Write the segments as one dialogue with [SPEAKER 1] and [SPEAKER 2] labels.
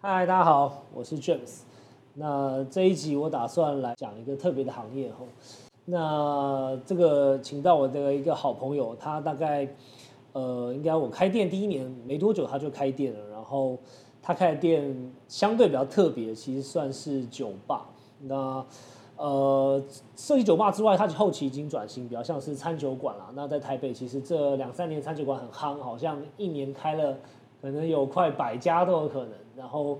[SPEAKER 1] 嗨，大家好，我是 James。那这一集我打算来讲一个特别的行业吼。那这个请到我的一个好朋友，他大概呃，应该我开店第一年没多久他就开店了，然后他开的店相对比较特别，其实算是酒吧。那呃，设计酒吧之外，它后期已经转型比较像是餐酒馆啦。那在台北，其实这两三年餐酒馆很夯，好像一年开了可能有快百家都有可能。然后，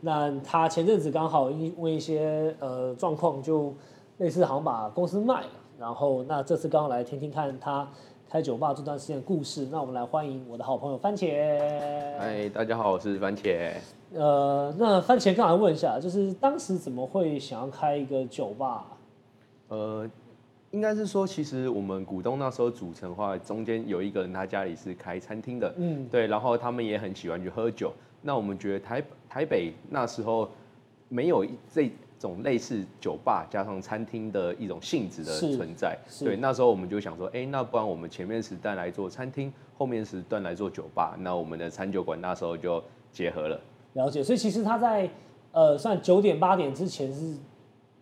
[SPEAKER 1] 那他前阵子刚好因为一些呃状况，就类似好像把公司卖了。然后，那这次刚好来听听看他开酒吧这段时间的故事。那我们来欢迎我的好朋友番茄。
[SPEAKER 2] 嗨，大家好，我是番茄。
[SPEAKER 1] 呃，那番茄刚才问一下，就是当时怎么会想要开一个酒吧？
[SPEAKER 2] 呃，应该是说，其实我们股东那时候组成的话，中间有一个人他家里是开餐厅的，
[SPEAKER 1] 嗯，
[SPEAKER 2] 对，然后他们也很喜欢去喝酒。那我们觉得台台北那时候没有这种类似酒吧加上餐厅的一种性质的
[SPEAKER 1] 是
[SPEAKER 2] 存在，
[SPEAKER 1] 是
[SPEAKER 2] 对，那时候我们就想说，哎、那不然我们前面时段来做餐厅，后面时段来做酒吧，那我们的餐酒馆那时候就结合了。
[SPEAKER 1] 了解，所以其实他在呃算九点八点之前是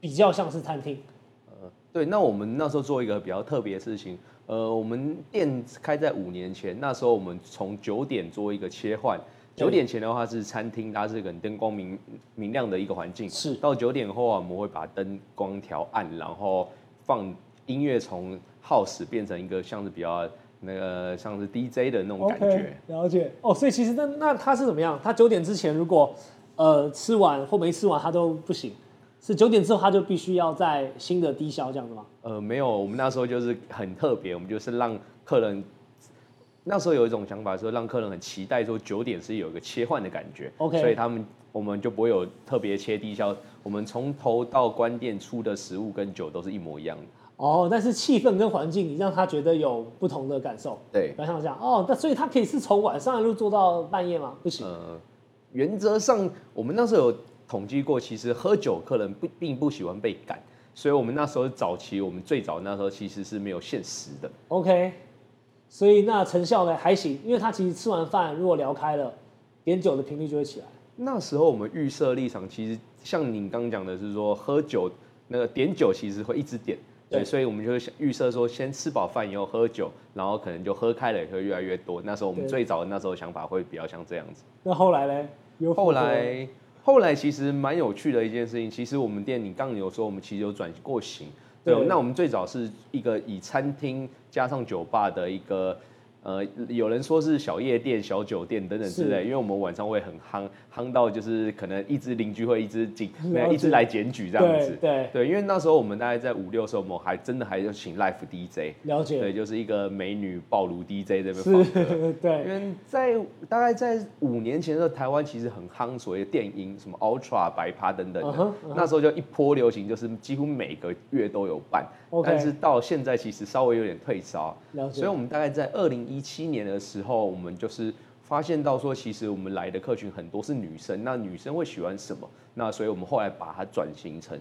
[SPEAKER 1] 比较像是餐厅，
[SPEAKER 2] 对，那我们那时候做一个比较特别的事情，呃，我们店开在五年前，那时候我们从九点做一个切换。
[SPEAKER 1] 对
[SPEAKER 2] 九点前的话是餐厅，它是很灯光明明亮的一个环境。
[SPEAKER 1] 是
[SPEAKER 2] 到九点后啊，我们会把灯光调暗，然后放音乐从 house 变成一个像是比较那个像是 DJ 的那种感觉。
[SPEAKER 1] OK，了解哦，所以其实那那他是怎么样？他九点之前如果呃吃完或没吃完他都不行，是九点之后他就必须要在新的低消这样子吗？
[SPEAKER 2] 呃，没有，我们那时候就是很特别，我们就是让客人。那时候有一种想法说，让客人很期待说九点是有一个切换的感觉
[SPEAKER 1] OK
[SPEAKER 2] 所以他们我们就不会有特别切低消，我们从头到关店出的食物跟酒都是一模一样的。
[SPEAKER 1] 哦，但是气氛跟环境，你让他觉得有不同的感受。
[SPEAKER 2] 对
[SPEAKER 1] 比，方像这样哦，那所以他可以是从晚上一路做到半夜吗？不行，
[SPEAKER 2] 呃，原则上我们那时候有统计过，其实喝酒客人不并不喜欢被赶，所以我们那时候早期我们最早那时候其实是没有限时的。
[SPEAKER 1] OK，所以那成效呢还行，因为他其实吃完饭如果聊开了，点酒的频率就会起来。
[SPEAKER 2] 那时候我们预设立场，其实像您刚讲的是说，喝酒那个点酒其实会一直点，对，
[SPEAKER 1] 对
[SPEAKER 2] 所以我们就会想预设说，先吃饱饭以后喝酒，然后可能就喝开了也会越来越多。那时候我们
[SPEAKER 1] 对
[SPEAKER 2] 最早的那时候想法会比较像这样子。
[SPEAKER 1] 那后来呢？有符合
[SPEAKER 2] 后来后来其实蛮有趣的一件事情，其实我们店你刚刚有说我们其实有转过型，对哦，
[SPEAKER 1] 对
[SPEAKER 2] 那我们最早是一个以餐厅加上酒吧的一个。呃，有人说是小夜店、小酒店等等之
[SPEAKER 1] 是
[SPEAKER 2] 类，因为我们晚上会很夯，夯到就是可能一只邻居会一直警，
[SPEAKER 1] 了
[SPEAKER 2] 没有
[SPEAKER 1] 解
[SPEAKER 2] 一直来检举这样子
[SPEAKER 1] 对。对，
[SPEAKER 2] 对，因为那时候我们大概在五六的时候，我们还真的还要请 live DJ，
[SPEAKER 1] 了解
[SPEAKER 2] 对，就是一个美女暴露 DJ 在那边放 歌。
[SPEAKER 1] 是，
[SPEAKER 2] 因
[SPEAKER 1] 对
[SPEAKER 2] 为在大概在五年前的时候，台湾其实很夯所谓的电音，什么 Ultra 白趴等等的
[SPEAKER 1] 嗯哼嗯哼
[SPEAKER 2] 那时候就一波流行，就是几乎每个月都有办。
[SPEAKER 1] OK
[SPEAKER 2] 但是到现在其实稍微有点退烧，
[SPEAKER 1] 了解
[SPEAKER 2] 所以我们大概在二零一七年的时候，我们就是发现到说，其实我们来的客群很多是女生，那女生会喜欢什么？那所以我们后来把它转型成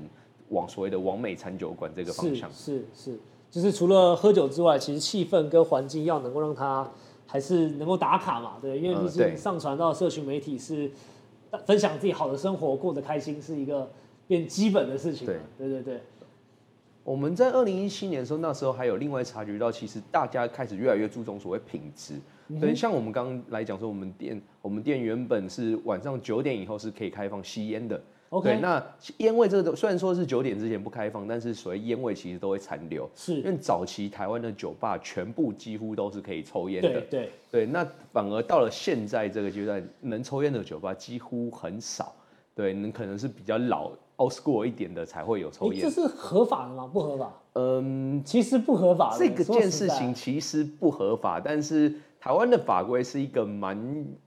[SPEAKER 2] 往所谓的完美餐酒馆这个方
[SPEAKER 1] 是
[SPEAKER 2] 向。
[SPEAKER 1] 是是，就是除了喝酒之外，其实气氛跟环境要能够让他还是能够打卡嘛，对，因为
[SPEAKER 2] 嗯
[SPEAKER 1] 毕竟
[SPEAKER 2] 对
[SPEAKER 1] 上传到社群媒体是分享自己好的生活，过得开心是一个变基本的事情嘛，对对对，
[SPEAKER 2] 我们在二零一七年的时候，那时候还有另外察觉到，其实大家开始越来越注重所谓品质。
[SPEAKER 1] 嗯
[SPEAKER 2] 对，像我们刚刚来讲说，我们店我们店原本是晚上九点以后是可以开放吸烟的。
[SPEAKER 1] OK
[SPEAKER 2] 对，那烟味这个虽然说是九点之前不开放，但是所谓烟味其实都会残留。
[SPEAKER 1] 是，
[SPEAKER 2] 因为早期台湾的酒吧全部几乎都是可以抽烟的
[SPEAKER 1] 对，对，
[SPEAKER 2] 对，那反而到了现在这个阶段，能抽烟的酒吧几乎很少，对，能可能是比较老 old school 一点的才会有抽
[SPEAKER 1] 诶
[SPEAKER 2] 烟
[SPEAKER 1] 这。是合法的吗？不合法，
[SPEAKER 2] 嗯，
[SPEAKER 1] 其实不合法的。
[SPEAKER 2] 这个
[SPEAKER 1] 说
[SPEAKER 2] 件
[SPEAKER 1] 实
[SPEAKER 2] 事
[SPEAKER 1] 在
[SPEAKER 2] 情其实不合法，但是台湾的法规是一个蛮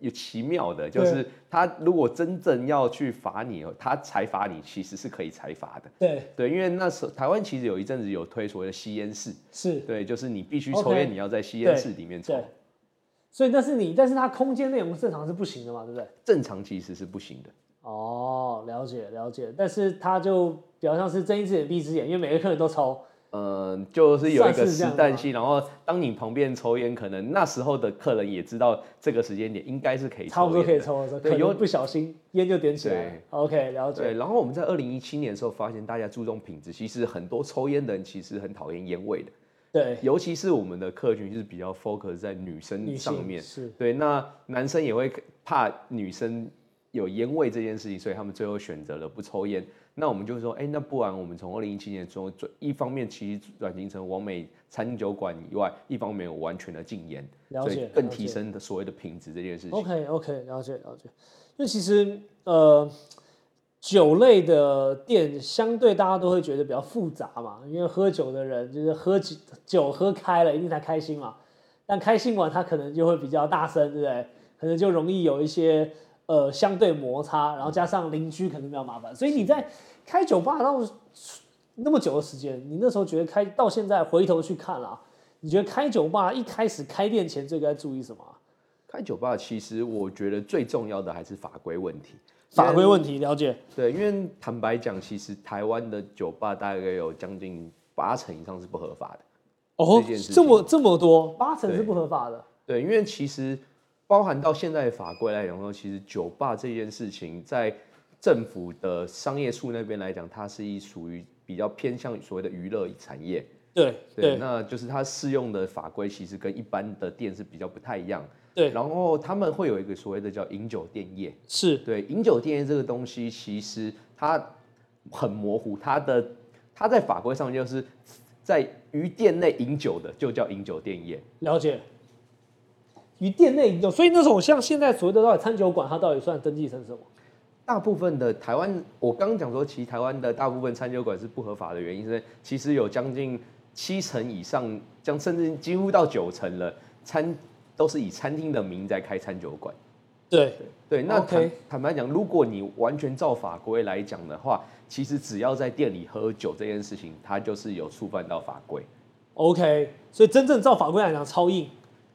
[SPEAKER 2] 有奇妙的，就
[SPEAKER 1] 对
[SPEAKER 2] 是他如果真正要去罚你，他裁罚你其实是可以裁罚的。
[SPEAKER 1] 对
[SPEAKER 2] 对，因为那时候台湾其实有一阵子有推所谓的吸烟室，
[SPEAKER 1] 是
[SPEAKER 2] 对，就是你必须
[SPEAKER 1] OK
[SPEAKER 2] 抽烟，你要在吸烟室里面抽
[SPEAKER 1] 对，，所以但是你但是它空间内容正常是不行的嘛，对不对？
[SPEAKER 2] 正常其实是不行的。
[SPEAKER 1] 哦，了解了解，但是它就比较像是睁一只眼闭一只眼，因为每个客人都抽，
[SPEAKER 2] 呃，就是有一个
[SPEAKER 1] 算是这
[SPEAKER 2] 时
[SPEAKER 1] 样吗
[SPEAKER 2] 段性，然后当你旁边抽烟，可能那时候的客人也知道这个时间点应该是可以
[SPEAKER 1] 差不
[SPEAKER 2] 抽
[SPEAKER 1] 多
[SPEAKER 2] 烟
[SPEAKER 1] 可以
[SPEAKER 2] 的。
[SPEAKER 1] 抽的时候，
[SPEAKER 2] 对
[SPEAKER 1] 可
[SPEAKER 2] 有
[SPEAKER 1] 能不小心烟就点起来了
[SPEAKER 2] 对。
[SPEAKER 1] OK，了解。
[SPEAKER 2] 对，然后我们在二零一七年的时候发现，大家注重品质，其实很多抽烟的人其实很讨厌烟味的，
[SPEAKER 1] 对，
[SPEAKER 2] 尤其是我们的客群是比较 focus 在女生
[SPEAKER 1] 女
[SPEAKER 2] 上
[SPEAKER 1] 性
[SPEAKER 2] 面。
[SPEAKER 1] 是
[SPEAKER 2] 对，那男生也会怕女生有烟味这件事情，所以他们最后选择了不抽烟。那我们就说，哎、那不然我们从二零一七年中，转一方面其实转型成完美餐饮酒馆以外，一方面有完全的禁烟，
[SPEAKER 1] 了
[SPEAKER 2] 所
[SPEAKER 1] 解
[SPEAKER 2] 以，
[SPEAKER 1] 了
[SPEAKER 2] 更
[SPEAKER 1] 解
[SPEAKER 2] 提升的所谓的品质这件事情。
[SPEAKER 1] OK OK，了解了解。因为其实呃，酒类的店相对大家都会觉得比较复杂嘛，因为喝酒的人就是喝酒酒喝开了，一定才开心嘛。但开心完，他可能就会比较大声，对不对？可能就容易有一些呃相对摩擦，然后加上邻居可能比较麻烦。所以你在开酒吧到那么久的时间，你那时候觉得开到现在回头去看啦、你觉得开酒吧一开始开店前最该注意什么啊？
[SPEAKER 2] 开酒吧其实我觉得最重要的还是法规问题。
[SPEAKER 1] 法规问题了解，
[SPEAKER 2] 对，因为坦白讲，其实台湾的酒吧大概有将近八成以上是不合法的。
[SPEAKER 1] 哦
[SPEAKER 2] 这件事，情
[SPEAKER 1] 这么这么多，八成是
[SPEAKER 2] 对
[SPEAKER 1] 不合法的，
[SPEAKER 2] 对，因为其实包含到现在的法规来讲说，其实酒吧这件事情在政府的商业处那边来讲，它是一属于比较偏向于所谓的娱乐产业。
[SPEAKER 1] 对对
[SPEAKER 2] 那就是它适用的法规其实跟一般的店是比较不太一样。
[SPEAKER 1] 对，
[SPEAKER 2] 然后他们会有一个所谓的叫饮酒店业。
[SPEAKER 1] 是
[SPEAKER 2] 对，饮酒店这个东西其实它很模糊，它的它在法规上就是在于店内饮酒的就叫饮酒店业。
[SPEAKER 1] 了解。与店内饮酒，所以那种像现在所谓的到底餐酒馆，它到底算登记成什么？
[SPEAKER 2] 大部分的台湾，我刚刚讲说，其实台湾的大部分餐酒馆是不合法的原因是，其实有将近七成以上，将甚至几乎到九成了，餐都是以餐厅的名义在开餐酒馆。
[SPEAKER 1] 对
[SPEAKER 2] 对，那
[SPEAKER 1] OK
[SPEAKER 2] 坦坦白讲，如果你完全照法规来讲的话，其实只要在店里喝酒这件事情，它就是有触犯到法规。
[SPEAKER 1] ，OK，所以真正照法规来讲超硬，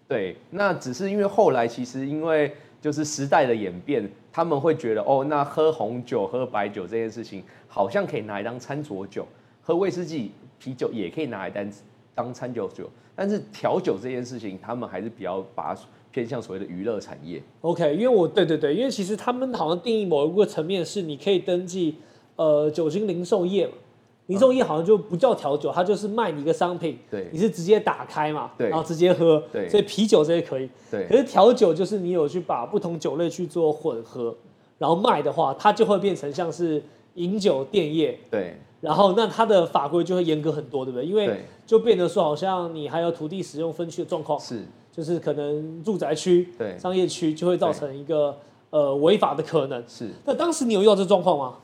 [SPEAKER 2] 对，那只是因为后来其实因为就是时代的演变，他们会觉得哦，那喝红酒、喝白酒这件事情好像可以拿来当餐佐酒，喝威士忌、啤酒也可以拿来当当餐酒酒，但是调酒这件事情，他们还是比较把它偏向所谓的娱乐产业。
[SPEAKER 1] OK，因为我对对对，因为其实他们好像定义某一个层面是你可以登记，呃，酒精零售业嘛，零售业好像就不叫调酒，它就是卖你一个商品，
[SPEAKER 2] 对
[SPEAKER 1] 你是直接打开嘛，
[SPEAKER 2] 对
[SPEAKER 1] 然后直接喝，
[SPEAKER 2] 对
[SPEAKER 1] 所以啤酒这些可以，
[SPEAKER 2] 对
[SPEAKER 1] 可是调酒就是你有去把不同酒类去做混合，然后卖的话，它就会变成像是饮酒店业，
[SPEAKER 2] 对
[SPEAKER 1] 然后那它的法规就会严格很多，对不对？因为
[SPEAKER 2] 对
[SPEAKER 1] 就变得说好像你还有土地使用分区的状况，
[SPEAKER 2] 是，
[SPEAKER 1] 就是可能住宅区。
[SPEAKER 2] 对
[SPEAKER 1] 商业区，就会造成一个呃违法的可能。
[SPEAKER 2] 是。
[SPEAKER 1] 那当时你有遇到这状况吗？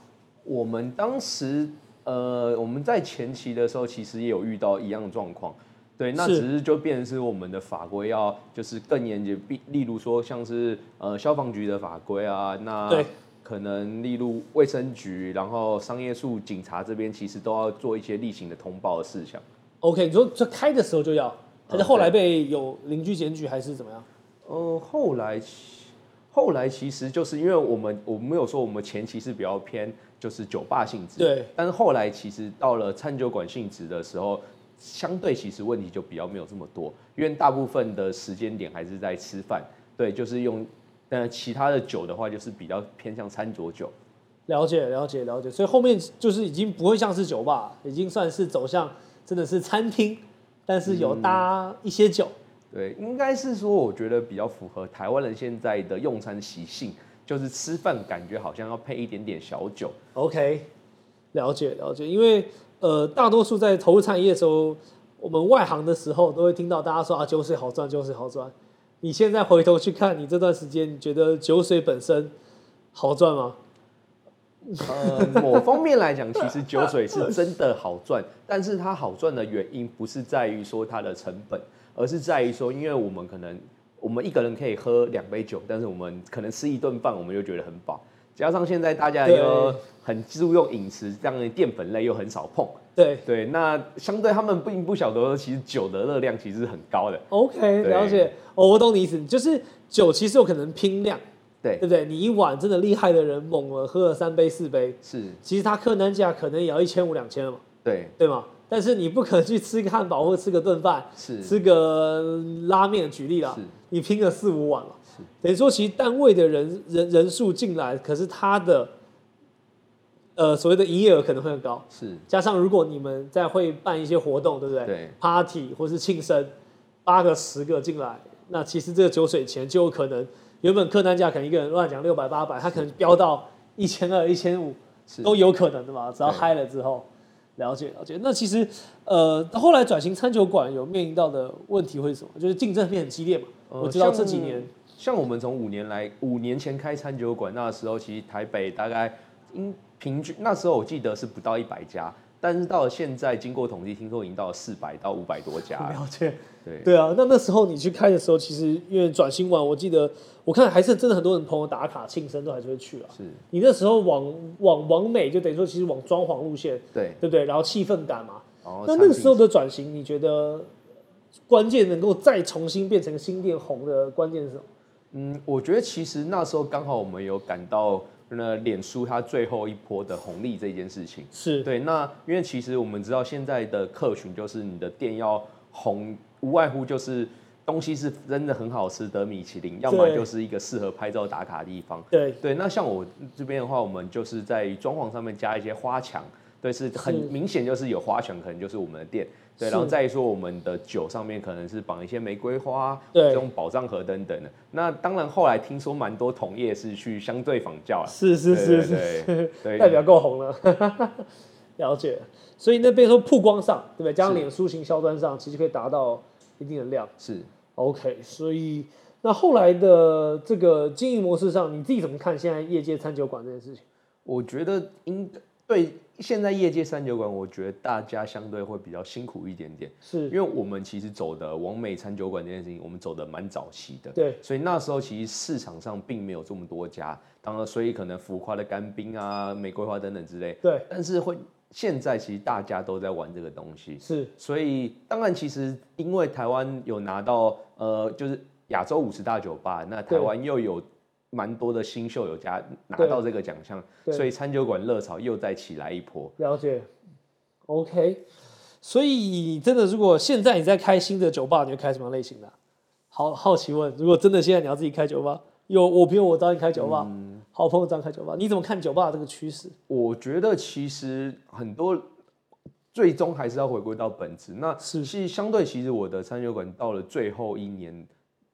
[SPEAKER 2] 我们当时呃，我们在前期的时候，其实也有遇到一样的状况。对，那
[SPEAKER 1] 是
[SPEAKER 2] 只是就变成是我们的法规要就是更严谨，例例如说像是呃消防局的法规啊，那
[SPEAKER 1] 对
[SPEAKER 2] 可能例如卫生局，然后商业处、警察这边其实都要做一些例行的通报的事项。
[SPEAKER 1] ，OK，你说这开的时候就要，还是
[SPEAKER 2] 嗯
[SPEAKER 1] 后来被有邻居检举，还是怎么样？
[SPEAKER 2] 呃，后来其后来其实就是因为我们我们有说我们前期是比较偏就是酒吧性质，
[SPEAKER 1] 对，
[SPEAKER 2] 但是后来其实到了餐酒馆性质的时候，相对其实问题就比较没有这么多，因为大部分的时间点还是在吃饭，对，就是用。但其他的酒的话，就是比较偏向餐桌酒，
[SPEAKER 1] 了解，了解，了解。所以后面就是已经不会像是酒吧，已经算是走向真的是餐厅，但是有搭一些酒。
[SPEAKER 2] 对，应该是说我觉得比较符合台湾人现在的用餐习性，就是吃饭感觉好像要配一点点小酒，
[SPEAKER 1] OK，了解了解，因为呃，大多数在投入产业的时候，我们外行的时候都会听到大家说啊，酒水好赚，酒水好赚。你现在回头去看你这段时间，你觉得酒水本身好赚吗？
[SPEAKER 2] 呃，某方面来讲，其实酒水是真的好赚，但是它好赚的原因不是在于说它的成本，而是在于说，因为我们可能我们一个人可以喝两杯酒，但是我们可能吃一顿饭，我们就觉得很饱。加上现在大家
[SPEAKER 1] 对
[SPEAKER 2] 又很注重饮食，这样的淀粉类又很少碰，
[SPEAKER 1] 对
[SPEAKER 2] 对，那相对他们并不晓得说，其实酒的热量其实是很高的，
[SPEAKER 1] ，OK，了解。哦，我懂你意思，就是酒其实有可能拼量，
[SPEAKER 2] 对
[SPEAKER 1] 对，不对？你一碗真的厉害的人，猛了喝了三杯四杯，
[SPEAKER 2] 是，
[SPEAKER 1] 其实他客单价可能也要一千五两千了嘛，
[SPEAKER 2] 对，
[SPEAKER 1] 对吗？但是你不可能去吃个汉堡或吃个炖饭，
[SPEAKER 2] 是
[SPEAKER 1] 吃个拉面，举例啦，
[SPEAKER 2] 是
[SPEAKER 1] 你拼了四五碗嘛
[SPEAKER 2] 是，
[SPEAKER 1] 等于说其实单位的人人人数进来，可是他的呃所谓的营业额可能会很高，
[SPEAKER 2] 是，
[SPEAKER 1] 加上如果你们在会办一些活动，对不对？
[SPEAKER 2] 对
[SPEAKER 1] Party 或是庆生，八个十个进来，那其实这个酒水钱就有可能原本客单价可能一个人乱讲六百八百，他可能飙到一千二、一千五
[SPEAKER 2] 是
[SPEAKER 1] 都有可能的嘛，只要
[SPEAKER 2] 对
[SPEAKER 1] 嗨了之后。了解了解，那其实，呃，后来转型餐酒馆有面临到的问题会是什么？就是竞争变很激烈嘛。
[SPEAKER 2] 呃
[SPEAKER 1] 我知道
[SPEAKER 2] 像
[SPEAKER 1] 这几年
[SPEAKER 2] 像我们从五年来，五年前开餐酒馆，那时候其实台北大概应平均那时候我记得是不到一百家，但是到了现在，经过统计，听说已经到了四百到五百多家了。
[SPEAKER 1] 了解，
[SPEAKER 2] 对，
[SPEAKER 1] 对啊，那那时候你去开的时候，其实因为转型完，我记得我看还是真的很多人朋友打卡庆生都还是会去啊。
[SPEAKER 2] 是，
[SPEAKER 1] 你那时候往往往美，就等于说其实往装潢路线，
[SPEAKER 2] 对。
[SPEAKER 1] 对不对？然后气氛感嘛。
[SPEAKER 2] 然后
[SPEAKER 1] 那
[SPEAKER 2] 餐
[SPEAKER 1] 那个
[SPEAKER 2] 厅
[SPEAKER 1] 时候的转型，你觉得关键能够再重新变成新店红的关键是什么？
[SPEAKER 2] 嗯，我觉得其实那时候刚好我们有感到那脸书它最后一波的红利这件事情。
[SPEAKER 1] 是
[SPEAKER 2] 对，那因为其实我们知道现在的客群就是你的店要红，无外乎就是东西是真的很好吃，得米其林，要么
[SPEAKER 1] 对
[SPEAKER 2] 就是一个适合拍照打卡的地方。
[SPEAKER 1] 对，
[SPEAKER 2] 对，那像我这边的话，我们就是在装潢上面加一些花墙，对，是很
[SPEAKER 1] 是
[SPEAKER 2] 明显就是有花墙，可能就是我们的店。对，然后
[SPEAKER 1] 是
[SPEAKER 2] 再说我们的酒上面可能是绑一些玫瑰花，
[SPEAKER 1] 对
[SPEAKER 2] 这种宝藏盒等等的。那当然，后来听说蛮多同业是去相对仿教了，
[SPEAKER 1] 是是是是
[SPEAKER 2] 对对对
[SPEAKER 1] 代表够红了， 了解。所以那边说曝光上，对不对？加上
[SPEAKER 2] 是
[SPEAKER 1] 脸书行销端上，其实可以达到一定的量。
[SPEAKER 2] 是。
[SPEAKER 1] OK，所以那后来的这个经营模式上，你自己怎么看现在业界餐酒馆这件事情？
[SPEAKER 2] 我觉得应对现在业界三酒馆，我觉得大家相对会比较辛苦一点点，
[SPEAKER 1] 是
[SPEAKER 2] 因为我们其实走的往美餐酒馆这件事情，我们走的蛮早期的。
[SPEAKER 1] 对，
[SPEAKER 2] 所以那时候其实市场上并没有这么多家，当然，所以可能浮夸的干冰啊、玫瑰花等等之类，
[SPEAKER 1] 对，
[SPEAKER 2] 但是会现在其实大家都在玩这个东西，
[SPEAKER 1] 是
[SPEAKER 2] 所以当然，其实因为台湾有拿到呃，就是亚洲五十大酒吧，那台
[SPEAKER 1] 对
[SPEAKER 2] 湾又有蛮多的新秀有加拿
[SPEAKER 1] 对
[SPEAKER 2] 到这个奖项，
[SPEAKER 1] 对
[SPEAKER 2] 所以餐酒馆热潮又再起来一波。
[SPEAKER 1] 了解。OK，所以真的，如果现在你在开新的酒吧，你会开什么类型的啊？好好奇问，如果真的现在你要自己开酒吧，有我朋友我找你开酒吧，
[SPEAKER 2] 嗯
[SPEAKER 1] 好朋友找你开酒吧，你怎么看酒吧这个趋势？
[SPEAKER 2] 我觉得其实很多最终还是要回归到本质。那
[SPEAKER 1] 是
[SPEAKER 2] 其实相对，其实我的餐酒馆到了最后一年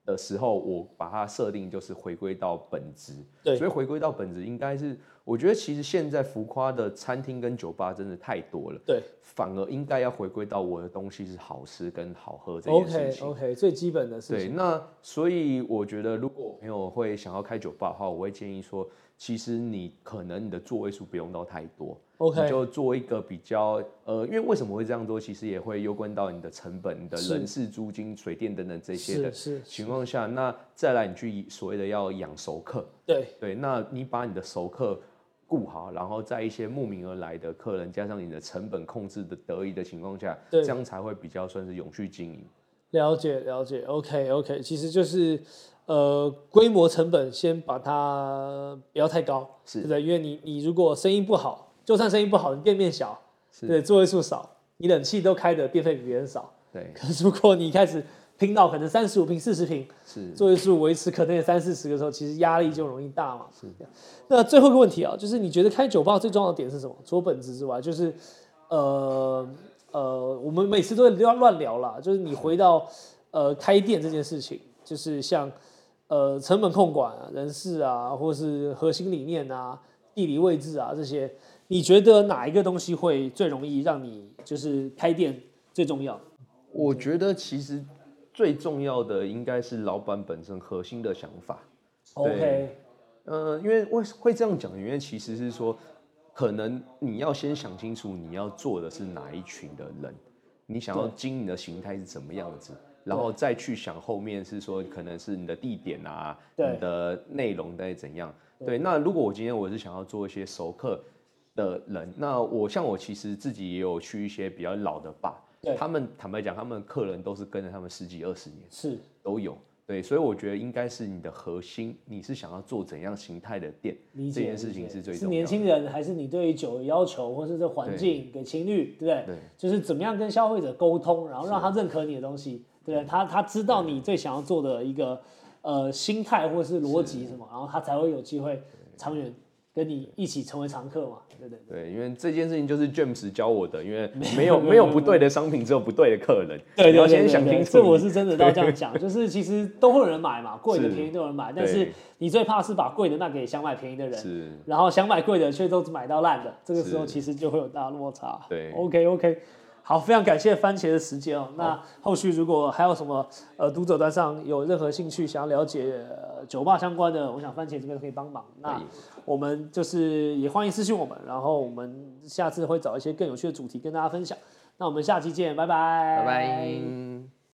[SPEAKER 2] 的时候，我把它设定就是回归到本质。
[SPEAKER 1] 对
[SPEAKER 2] 所以回归到本质，应该是我觉得其实现在浮夸的餐厅跟酒吧真的太多了。
[SPEAKER 1] 对
[SPEAKER 2] 反而应该要回归到我的东西是好吃跟好喝这件事
[SPEAKER 1] ，OK 哦
[SPEAKER 2] 情。
[SPEAKER 1] OK，最基本的事
[SPEAKER 2] 对，
[SPEAKER 1] 情。
[SPEAKER 2] 那所以我觉得，如果我朋友会想要开酒吧的话，我会建议说，其实你可能你的座位数不用到太多
[SPEAKER 1] OK
[SPEAKER 2] 你就做一个比较呃，因为为什么会这样做，其实也会攸关到你的成本、你的
[SPEAKER 1] 是
[SPEAKER 2] 人事、租金、水电等等这些
[SPEAKER 1] 是
[SPEAKER 2] 的
[SPEAKER 1] 是，
[SPEAKER 2] 情况下，那再来你去所谓的要养熟客，
[SPEAKER 1] 对
[SPEAKER 2] 对，那你把你的熟客顾好，然后在一些慕名而来的客人，加上你的成本控制的得宜的情况下，
[SPEAKER 1] 对
[SPEAKER 2] 这样才会比较算是永续经营。
[SPEAKER 1] 了解了解，OK OK，其实就是呃规模成本先把它不要太高，
[SPEAKER 2] 是
[SPEAKER 1] 对不对？因为你你如果生意不好，就算生意不好，你店面小，
[SPEAKER 2] 是
[SPEAKER 1] 对，座位数少，你冷气都开的电费比别人少。
[SPEAKER 2] 对，
[SPEAKER 1] 可是如果你开始拼到可能三十五平、四十平，
[SPEAKER 2] 是
[SPEAKER 1] 座位数维持可能也三四十的时候，其实压力就容易大嘛。是那最后一个问题啊，就是你觉得开酒吧最重要的点是什么？除了本质之外，就是呃呃，我们每次都会乱乱聊啦，就是你回到呃开店这件事情，就是像呃成本控管啊、人事啊，或是核心理念啊、地理位置啊这些，你觉得哪一个东西会最容易让你就是开店最重要？
[SPEAKER 2] 我觉得其实最重要的应该是老板本身核心的想法。
[SPEAKER 1] OK，
[SPEAKER 2] 呃，因为为会这样讲，因为其实是说，可能你要先想清楚你要做的是哪一群的人，你想要经营的形态是怎么样子，然后再去想后面是说可能是你的地点啊，
[SPEAKER 1] 对
[SPEAKER 2] 你的内容该怎样。对，那如果我今天我是想要做一些熟客的人，那我像我其实自己也有去一些比较老的吧
[SPEAKER 1] 对，
[SPEAKER 2] 他们坦白讲，他们客人都是跟着他们十几二十年
[SPEAKER 1] 是
[SPEAKER 2] 都有。对，所以我觉得应该是你的核心，你是想要做怎样形态的店，
[SPEAKER 1] 理
[SPEAKER 2] 这
[SPEAKER 1] 解
[SPEAKER 2] 件事情是最
[SPEAKER 1] 是
[SPEAKER 2] 重要
[SPEAKER 1] 年
[SPEAKER 2] 的。
[SPEAKER 1] 轻人还是你对于酒的要求，或是这环境给情侣，对不对？
[SPEAKER 2] 对
[SPEAKER 1] 就是怎么样跟消费者沟通，然后让他认可你的东西，对不对？他他知道你最想要做的一个呃心态或是逻辑什么，然后他才会有机会长远跟你一起成为常客嘛，对不对？
[SPEAKER 2] 对，因为这件事情就是 James 教我的，因为没有没有不对的商品，只有不对的客人。你要先想清楚。
[SPEAKER 1] 这我是真的要这样讲，就是其实都会有人买嘛，贵的
[SPEAKER 2] 是
[SPEAKER 1] 便宜都有人买，但
[SPEAKER 2] 对
[SPEAKER 1] 是你最怕是把贵的卖给想买便宜的人，
[SPEAKER 2] 是
[SPEAKER 1] 然后想买贵的却都买到烂的，这个时候
[SPEAKER 2] 嗯是
[SPEAKER 1] 其实就会有大落差。
[SPEAKER 2] 对
[SPEAKER 1] ，OK OK，好，非常感谢番茄的时间哦。那后续如果还有什么呃读者端上有任何兴趣想要了解、呃酒吧相关的，我想番茄这边可以帮忙。那
[SPEAKER 2] 可以
[SPEAKER 1] 我们就是也欢迎私信我们，然后我们下次会找一些更有趣的主题跟大家分享。那我们下期见，拜拜，
[SPEAKER 2] 拜拜。